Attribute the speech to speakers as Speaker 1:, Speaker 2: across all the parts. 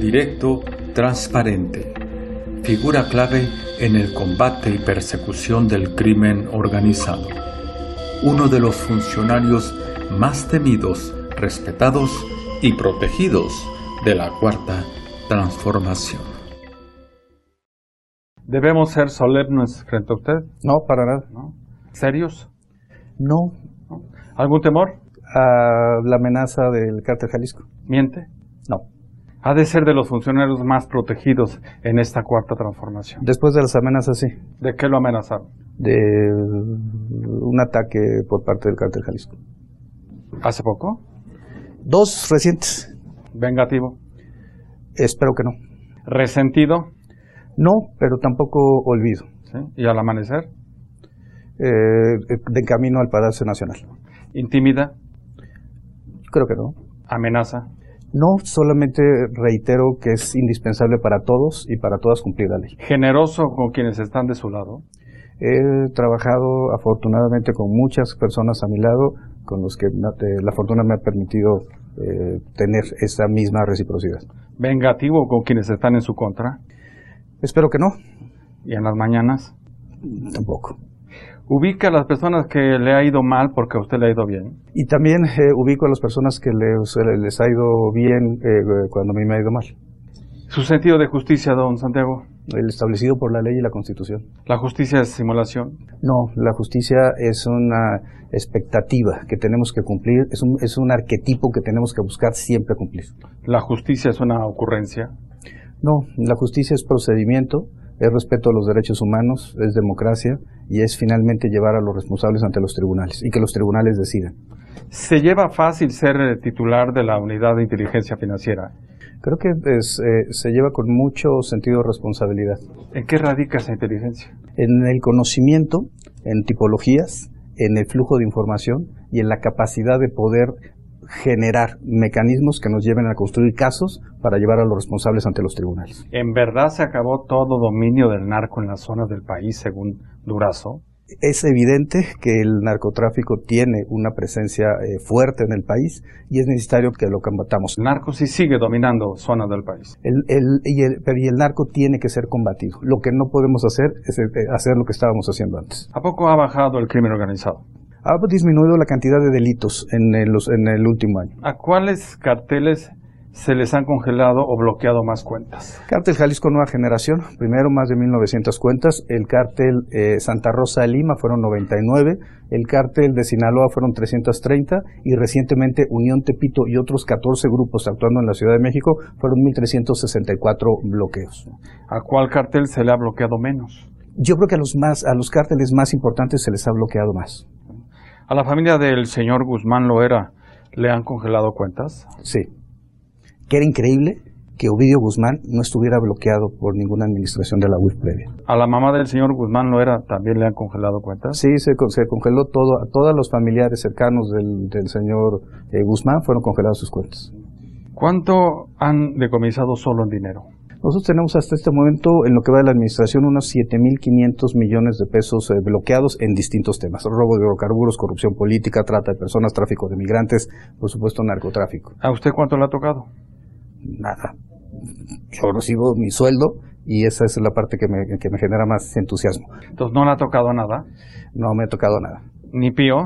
Speaker 1: directo, transparente, figura clave en el combate y persecución del crimen organizado. Uno de los funcionarios más temidos, respetados y protegidos de la cuarta transformación.
Speaker 2: ¿Debemos ser solemnes frente a usted?
Speaker 3: No, para nada.
Speaker 2: ¿No? ¿Serios?
Speaker 3: No.
Speaker 2: ¿Algún temor?
Speaker 3: A la amenaza del cártel Jalisco.
Speaker 2: ¿Miente?
Speaker 3: No.
Speaker 2: Ha de ser de los funcionarios más protegidos en esta cuarta transformación.
Speaker 3: Después de las amenazas, sí.
Speaker 2: ¿De qué lo amenazaron?
Speaker 3: De un ataque por parte del cártel Jalisco.
Speaker 2: ¿Hace poco?
Speaker 3: Dos recientes.
Speaker 2: ¿Vengativo?
Speaker 3: Espero que no.
Speaker 2: ¿Resentido?
Speaker 3: No, pero tampoco olvido.
Speaker 2: ¿Sí? ¿Y al amanecer?
Speaker 3: Eh, de camino al Palacio Nacional.
Speaker 2: ¿Intimida?
Speaker 3: Creo que no.
Speaker 2: ¿Amenaza?
Speaker 3: No, solamente reitero que es indispensable para todos y para todas cumplir la ley.
Speaker 2: ¿Generoso con quienes están de su lado?
Speaker 3: He trabajado afortunadamente con muchas personas a mi lado, con los que la fortuna me ha permitido eh, tener esa misma reciprocidad.
Speaker 2: ¿Vengativo con quienes están en su contra?
Speaker 3: Espero que no.
Speaker 2: ¿Y en las mañanas?
Speaker 3: Tampoco
Speaker 2: ubica a las personas que le ha ido mal porque a usted le ha ido bien.
Speaker 3: Y también eh, ubico a las personas que les, eh, les ha ido bien eh, cuando a mí me ha ido mal.
Speaker 2: ¿Su sentido de justicia, don Santiago?
Speaker 3: El establecido por la ley y la constitución.
Speaker 2: ¿La justicia es simulación?
Speaker 3: No, la justicia es una expectativa que tenemos que cumplir, es un, es un arquetipo que tenemos que buscar siempre cumplir.
Speaker 2: ¿La justicia es una ocurrencia?
Speaker 3: No, la justicia es procedimiento, es respeto a los derechos humanos, es democracia y es finalmente llevar a los responsables ante los tribunales y que los tribunales decidan.
Speaker 2: ¿Se lleva fácil ser eh, titular de la unidad de inteligencia financiera?
Speaker 3: Creo que es, eh, se lleva con mucho sentido de responsabilidad.
Speaker 2: ¿En qué radica esa inteligencia?
Speaker 3: En el conocimiento, en tipologías, en el flujo de información y en la capacidad de poder generar mecanismos que nos lleven a construir casos para llevar a los responsables ante los tribunales.
Speaker 2: ¿En verdad se acabó todo dominio del narco en las zonas del país, según Durazo?
Speaker 3: Es evidente que el narcotráfico tiene una presencia eh, fuerte en el país y es necesario que lo combatamos.
Speaker 2: El narco sí sigue dominando zonas del país.
Speaker 3: El, el, y, el, pero y el narco tiene que ser combatido. Lo que no podemos hacer es eh, hacer lo que estábamos haciendo antes.
Speaker 2: ¿A poco ha bajado el crimen organizado?
Speaker 3: ha disminuido la cantidad de delitos en el, en el, último año.
Speaker 2: ¿A cuáles carteles se les han congelado o bloqueado más cuentas?
Speaker 3: Cártel Jalisco Nueva Generación, primero más de 1.900 cuentas, el cártel eh, Santa Rosa de Lima fueron 99, el cártel de Sinaloa fueron 330 y recientemente Unión Tepito y otros 14 grupos actuando en la Ciudad de México fueron 1.364 bloqueos.
Speaker 2: ¿A cuál cartel se le ha bloqueado menos?
Speaker 3: Yo creo que a los, más, a los cárteles más importantes se les ha bloqueado más.
Speaker 2: ¿A la familia del señor Guzmán Loera le han congelado cuentas?
Speaker 3: Sí. Que era increíble que Ovidio Guzmán no estuviera bloqueado por ninguna administración de la UIF previa.
Speaker 2: ¿A la mamá del señor Guzmán Loera también le han congelado cuentas?
Speaker 3: Sí, se, se congeló todo. A todos los familiares cercanos del, del señor eh, Guzmán fueron congeladas sus cuentas.
Speaker 2: ¿Cuánto han decomisado solo en dinero?
Speaker 3: Nosotros tenemos hasta este momento, en lo que va de la administración, unos 7.500 millones de pesos eh, bloqueados en distintos temas. Robo de hidrocarburos, corrupción política, trata de personas, tráfico de migrantes, por supuesto narcotráfico.
Speaker 2: ¿A usted cuánto le ha tocado?
Speaker 3: Nada. Yo recibo mi sueldo y esa es la parte que me, que me genera más entusiasmo.
Speaker 2: Entonces, ¿no le ha tocado nada?
Speaker 3: No me ha tocado nada.
Speaker 2: ¿Ni pío?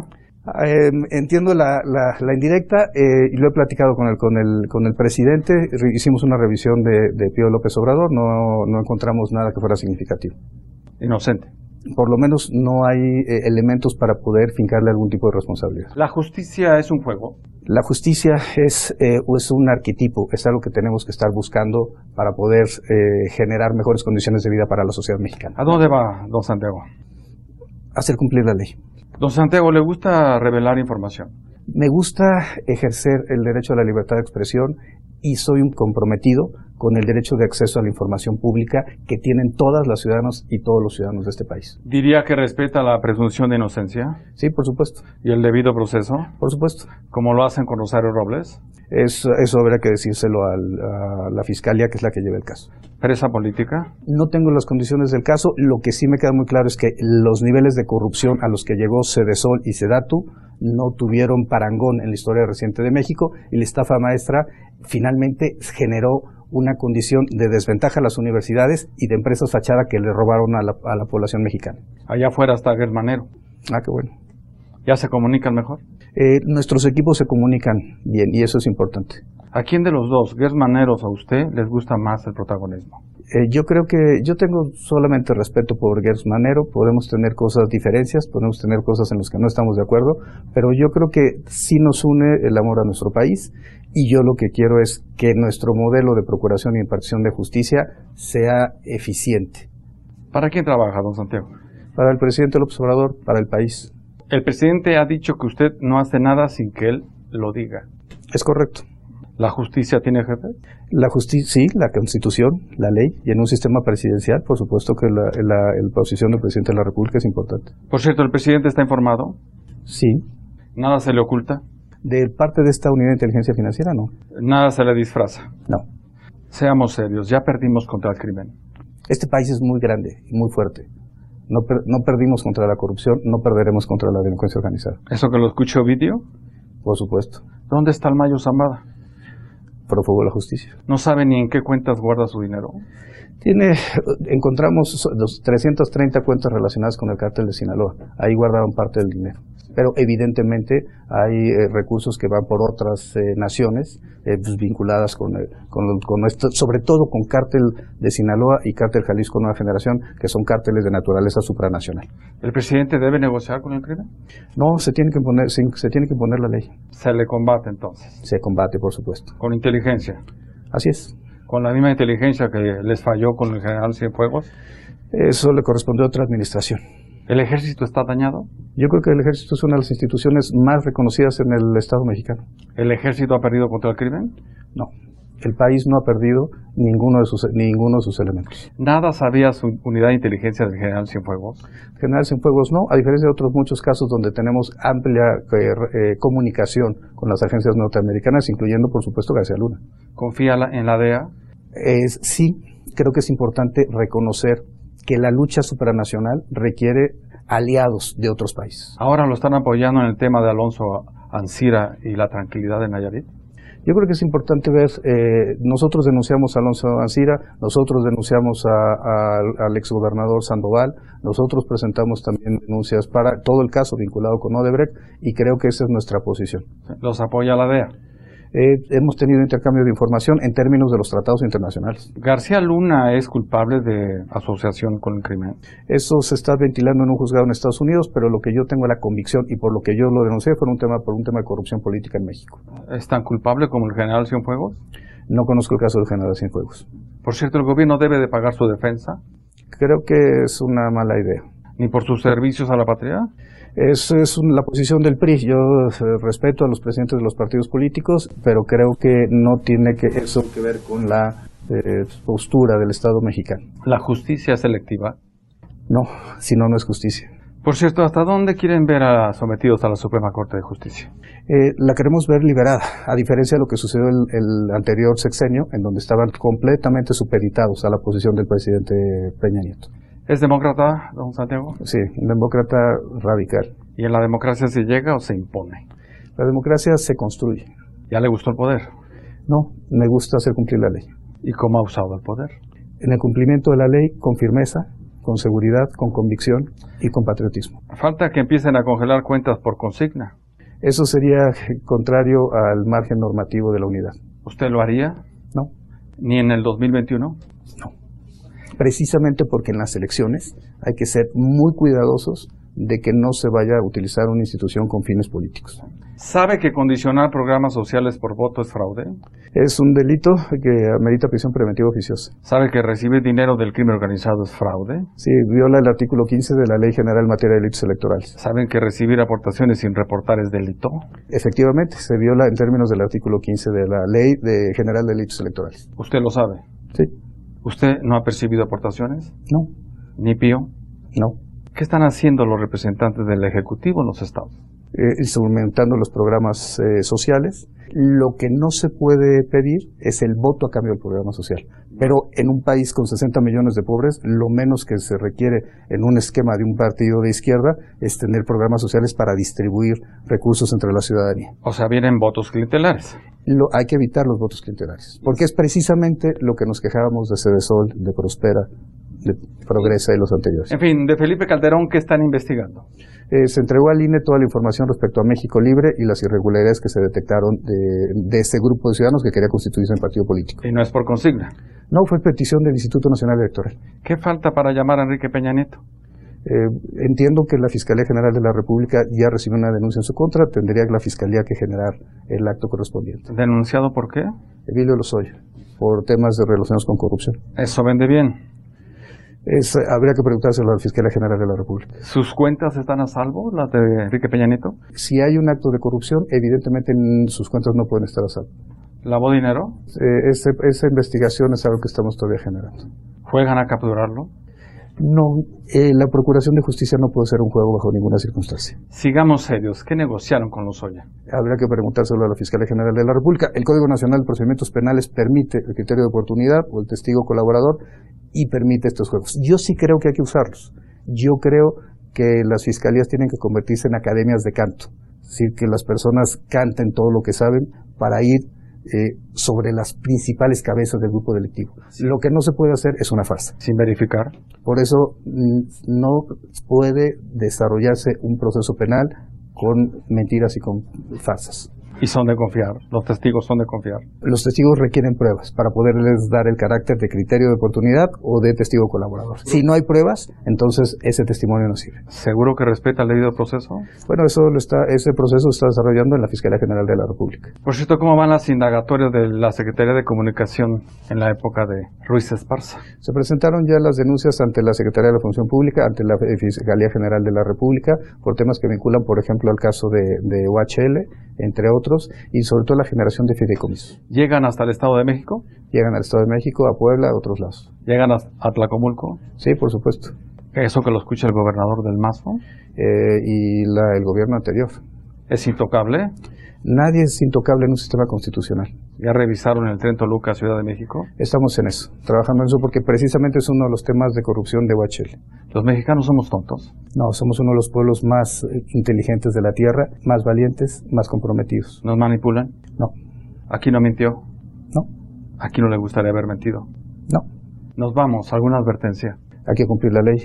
Speaker 3: Eh, entiendo la, la, la indirecta eh, y lo he platicado con el, con el, con el presidente. Re, hicimos una revisión de, de Pío López Obrador, no, no, encontramos nada que fuera significativo.
Speaker 2: Inocente.
Speaker 3: Por lo menos no hay eh, elementos para poder fincarle algún tipo de responsabilidad.
Speaker 2: ¿La justicia es un juego?
Speaker 3: La justicia es, eh, es un arquetipo, es algo que tenemos que estar buscando para poder eh, generar mejores condiciones de vida para la sociedad mexicana.
Speaker 2: ¿A dónde va, don Santiago?
Speaker 3: Hacer cumplir la ley.
Speaker 2: Don Santiago, ¿le gusta revelar información?
Speaker 3: Me gusta ejercer el derecho a la libertad de expresión y soy un comprometido con el derecho de acceso a la información pública que tienen todas las ciudadanas y todos los ciudadanos de este país.
Speaker 2: ¿Diría que respeta la presunción de inocencia?
Speaker 3: Sí, por supuesto.
Speaker 2: ¿Y el debido proceso?
Speaker 3: Por supuesto.
Speaker 2: ¿Como lo hacen con Rosario Robles?
Speaker 3: Eso, eso habrá que decírselo al, a la fiscalía, que es la que lleva el caso.
Speaker 2: ¿Presa política?
Speaker 3: No tengo las condiciones del caso. Lo que sí me queda muy claro es que los niveles de corrupción a los que llegó Cedesol y Sedatu no tuvieron parangón en la historia reciente de México y la estafa maestra finalmente generó una condición de desventaja a las universidades y de empresas fachada que le robaron a la, a la población mexicana.
Speaker 2: Allá afuera está Germanero.
Speaker 3: Ah, qué bueno.
Speaker 2: ¿Ya se comunican mejor?
Speaker 3: Eh, nuestros equipos se comunican bien y eso es importante.
Speaker 2: ¿A quién de los dos, Gersmaneros a usted, les gusta más el protagonismo?
Speaker 3: Eh, yo creo que yo tengo solamente respeto por Gersmanero, podemos tener cosas diferencias, podemos tener cosas en las que no estamos de acuerdo, pero yo creo que sí nos une el amor a nuestro país y yo lo que quiero es que nuestro modelo de procuración y impartición de justicia sea eficiente.
Speaker 2: ¿Para quién trabaja, don Santiago?
Speaker 3: Para el presidente López Obrador, para el país.
Speaker 2: El presidente ha dicho que usted no hace nada sin que él lo diga.
Speaker 3: Es correcto.
Speaker 2: ¿La justicia tiene jefe?
Speaker 3: La justicia, sí, la constitución, la ley, y en un sistema presidencial, por supuesto que la, la, la, posición del presidente de la República es importante.
Speaker 2: Por cierto, ¿el presidente está informado?
Speaker 3: Sí.
Speaker 2: ¿Nada se le oculta?
Speaker 3: De parte de esta unidad de inteligencia financiera, no.
Speaker 2: ¿Nada se le disfraza?
Speaker 3: No.
Speaker 2: Seamos serios, ya perdimos contra el crimen.
Speaker 3: Este país es muy grande y muy fuerte. No, per no perdimos contra la corrupción, no perderemos contra la delincuencia organizada.
Speaker 2: ¿Eso que lo escuchó Vídeo?
Speaker 3: Por supuesto.
Speaker 2: ¿Dónde está el Mayo Zambada?
Speaker 3: prófugo de la justicia.
Speaker 2: ¿No sabe ni en qué cuentas guarda su dinero?
Speaker 3: Tiene, encontramos los 330 cuentas relacionadas con el cártel de Sinaloa. Ahí guardaban parte del dinero. Pero evidentemente hay eh, recursos que van por otras eh, naciones eh, pues, vinculadas con, con, con esto, sobre todo con cártel de Sinaloa y cártel Jalisco Nueva Generación, que son cárteles de naturaleza supranacional.
Speaker 2: ¿El presidente debe negociar con el crimen?
Speaker 3: No, se tiene que poner, se, se tiene que poner la ley.
Speaker 2: ¿Se le combate entonces?
Speaker 3: Se combate, por supuesto.
Speaker 2: ¿Con inteligencia?
Speaker 3: Así es
Speaker 2: con la misma inteligencia que les falló con el general Cienfuegos?
Speaker 3: Eso le correspondió a otra administración.
Speaker 2: ¿El ejército está dañado?
Speaker 3: Yo creo que el ejército es una de las instituciones más reconocidas en el Estado mexicano.
Speaker 2: ¿El ejército ha perdido contra el crimen?
Speaker 3: No. El país no ha perdido ninguno de sus, ninguno de sus elementos.
Speaker 2: ¿Nada sabía su unidad de inteligencia del general Cienfuegos?
Speaker 3: General Cienfuegos no, a diferencia de otros muchos casos donde tenemos amplia eh, eh, comunicación con las agencias norteamericanas, incluyendo por supuesto García Luna.
Speaker 2: ¿Confía la, en la DEA?
Speaker 3: Es, sí, creo que es importante reconocer que la lucha supranacional requiere aliados de otros países.
Speaker 2: ¿Ahora lo están apoyando en el tema de Alonso Ancira y la tranquilidad de Nayarit?
Speaker 3: Yo creo que es importante ver, eh, nosotros denunciamos a Alonso Ancira, nosotros denunciamos a, a, al exgobernador Sandoval, nosotros presentamos también denuncias para todo el caso vinculado con Odebrecht y creo que esa es nuestra posición.
Speaker 2: ¿Los apoya la DEA?
Speaker 3: Eh, hemos tenido intercambio de información en términos de los tratados internacionales.
Speaker 2: ¿García Luna es culpable de asociación con el crimen?
Speaker 3: Eso se está ventilando en un juzgado en Estados Unidos, pero lo que yo tengo la convicción y por lo que yo lo denuncié fue un tema, por un tema de corrupción política en México.
Speaker 2: ¿Es tan culpable como el general Cienfuegos?
Speaker 3: No conozco el caso del general Cienfuegos.
Speaker 2: Por cierto, ¿el gobierno debe de pagar su defensa?
Speaker 3: Creo que es una mala idea.
Speaker 2: ¿Ni por sus servicios a la patria?
Speaker 3: Esa es la posición del PRI. Yo eh, respeto a los presidentes de los partidos políticos, pero creo que no tiene que eso que ver con la eh, postura del Estado mexicano.
Speaker 2: ¿La justicia es selectiva?
Speaker 3: No, si no, no es justicia.
Speaker 2: Por cierto, ¿hasta dónde quieren ver a sometidos a la Suprema Corte de Justicia?
Speaker 3: Eh, la queremos ver liberada, a diferencia de lo que sucedió el, el anterior sexenio, en donde estaban completamente supeditados a la posición del presidente Peña Nieto.
Speaker 2: ¿Es demócrata, don Santiago?
Speaker 3: Sí, un demócrata radical.
Speaker 2: ¿Y en la democracia se llega o se impone?
Speaker 3: La democracia se construye.
Speaker 2: ¿Ya le gustó el poder?
Speaker 3: No, me gusta hacer cumplir la ley.
Speaker 2: ¿Y cómo ha usado el poder?
Speaker 3: En el cumplimiento de la ley con firmeza, con seguridad, con convicción y con patriotismo.
Speaker 2: Falta que empiecen a congelar cuentas por consigna.
Speaker 3: Eso sería contrario al margen normativo de la unidad.
Speaker 2: ¿Usted lo haría?
Speaker 3: No.
Speaker 2: ¿Ni en el 2021?
Speaker 3: No precisamente porque en las elecciones hay que ser muy cuidadosos de que no se vaya a utilizar una institución con fines políticos.
Speaker 2: ¿Sabe que condicionar programas sociales por voto es fraude?
Speaker 3: Es un delito que amerita prisión preventiva oficiosa.
Speaker 2: ¿Sabe que recibir dinero del crimen organizado es fraude?
Speaker 3: Sí, viola el artículo 15 de la Ley General en materia de delitos electorales.
Speaker 2: ¿Saben que recibir aportaciones sin reportar es delito?
Speaker 3: Efectivamente, se viola en términos del artículo 15 de la Ley de General de Delitos Electorales.
Speaker 2: ¿Usted lo sabe?
Speaker 3: Sí.
Speaker 2: ¿Usted no ha percibido aportaciones?
Speaker 3: No.
Speaker 2: ¿Ni pío?
Speaker 3: No.
Speaker 2: ¿Qué están haciendo los representantes del Ejecutivo en los estados?
Speaker 3: eh, instrumentando los programas eh, sociales. Lo que no se puede pedir es el voto a cambio del programa social. Pero en un país con 60 millones de pobres, lo menos que se requiere en un esquema de un partido de izquierda es tener programas sociales para distribuir recursos entre la ciudadanía.
Speaker 2: O sea, vienen votos clientelares.
Speaker 3: Lo- hay que evitar los votos clientelares, porque es precisamente lo que nos quejábamos de Cedesol, de Prospera, de Progresa y los anteriores.
Speaker 2: En fin, de Felipe Calderón, ¿qué están investigando?
Speaker 3: Eh, se entregó al INE toda la información respecto a México Libre y las irregularidades que se detectaron de, de este grupo de ciudadanos que quería constituirse en partido político.
Speaker 2: Y no es por consigna.
Speaker 3: No fue petición del Instituto Nacional Electoral.
Speaker 2: ¿Qué falta para llamar a Enrique Peña Nieto?
Speaker 3: Eh, entiendo que la Fiscalía General de la República ya recibió una denuncia en su contra, tendría la Fiscalía que generar el acto correspondiente.
Speaker 2: ¿Denunciado por qué?
Speaker 3: Emilio Lozoya, por temas de relacionados con corrupción.
Speaker 2: Eso vende bien.
Speaker 3: Es, eh, habría que preguntárselo a la Fiscalía General de la República.
Speaker 2: ¿Sus cuentas están a salvo, las de Enrique Peña Nieto?
Speaker 3: Si hay un acto de corrupción, evidentemente mm, sus cuentas no pueden estar a salvo.
Speaker 2: ¿Lavó dinero?
Speaker 3: Eh, ese- esa investigación es algo que estamos todavía generando.
Speaker 2: ¿Juegan a capturarlo?
Speaker 3: No, eh, la Procuración de Justicia no puede ser un juego bajo ninguna circunstancia.
Speaker 2: Sigamos serios. ¿Qué negociaron con los Oya?
Speaker 3: Habrá que preguntárselo a la Fiscalía General de la República. El Código Nacional de Procedimientos Penales permite el criterio de oportunidad o el testigo colaborador y permite estos juegos. Yo sí creo que hay que usarlos. Yo creo que las fiscalías tienen que convertirse en academias de canto. Es decir, que las personas canten todo lo que saben para ir eh, sobre las principales cabezas del grupo delictivo. Lo que no se puede hacer es una farsa.
Speaker 2: Sin verificar.
Speaker 3: Por eso mm, no puede desarrollarse un proceso penal con mentiras y con farsas.
Speaker 2: Y son de confiar. Los testigos son de confiar.
Speaker 3: Los testigos requieren pruebas para poderles dar el carácter de criterio de oportunidad o de testigo colaborador. Si no hay pruebas, entonces ese testimonio no sirve.
Speaker 2: ¿Seguro que respeta el debido proceso?
Speaker 3: Bueno, eso lo está, ese proceso se está desarrollando en la Fiscalía General de la República.
Speaker 2: Por cierto, ¿cómo van las indagatorias de la Secretaría de Comunicación en la época de Ruiz Esparza?
Speaker 3: Se presentaron ya las denuncias ante la Secretaría de la Función Pública, ante la eh, Fiscalía General de la República, por temas que vinculan, por ejemplo, al caso de, de OHL, entre otros, y sobre todo la generación de fideicomisos.
Speaker 2: ¿Llegan hasta el Estado de México?
Speaker 3: llegan al Estado de México, a Puebla, a otros lados.
Speaker 2: ¿Llegan hasta- a Tlacomulco?
Speaker 3: Sí, por supuesto.
Speaker 2: Eso que lo escucha el gobernador del Mazo.
Speaker 3: Eh, y la, el gobierno anterior.
Speaker 2: Es intocable.
Speaker 3: Nadie es intocable en un sistema constitucional.
Speaker 2: Ya revisaron el tren Toluca, Ciudad de México.
Speaker 3: Estamos en eso, trabajando en eso porque precisamente es uno de los temas de corrupción de Huachel.
Speaker 2: Los mexicanos somos tontos.
Speaker 3: No, somos uno de los pueblos más eh, inteligentes de la tierra, más valientes, más comprometidos.
Speaker 2: Nos manipulan.
Speaker 3: No,
Speaker 2: Aquí no mintió.
Speaker 3: no,
Speaker 2: Aquí no le gustaría haber mentido.
Speaker 3: no.
Speaker 2: Nos vamos. ¿Alguna advertencia?
Speaker 3: Hay que cumplir la ley.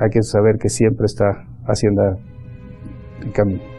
Speaker 3: Hay que saber que siempre está Hacienda en camino.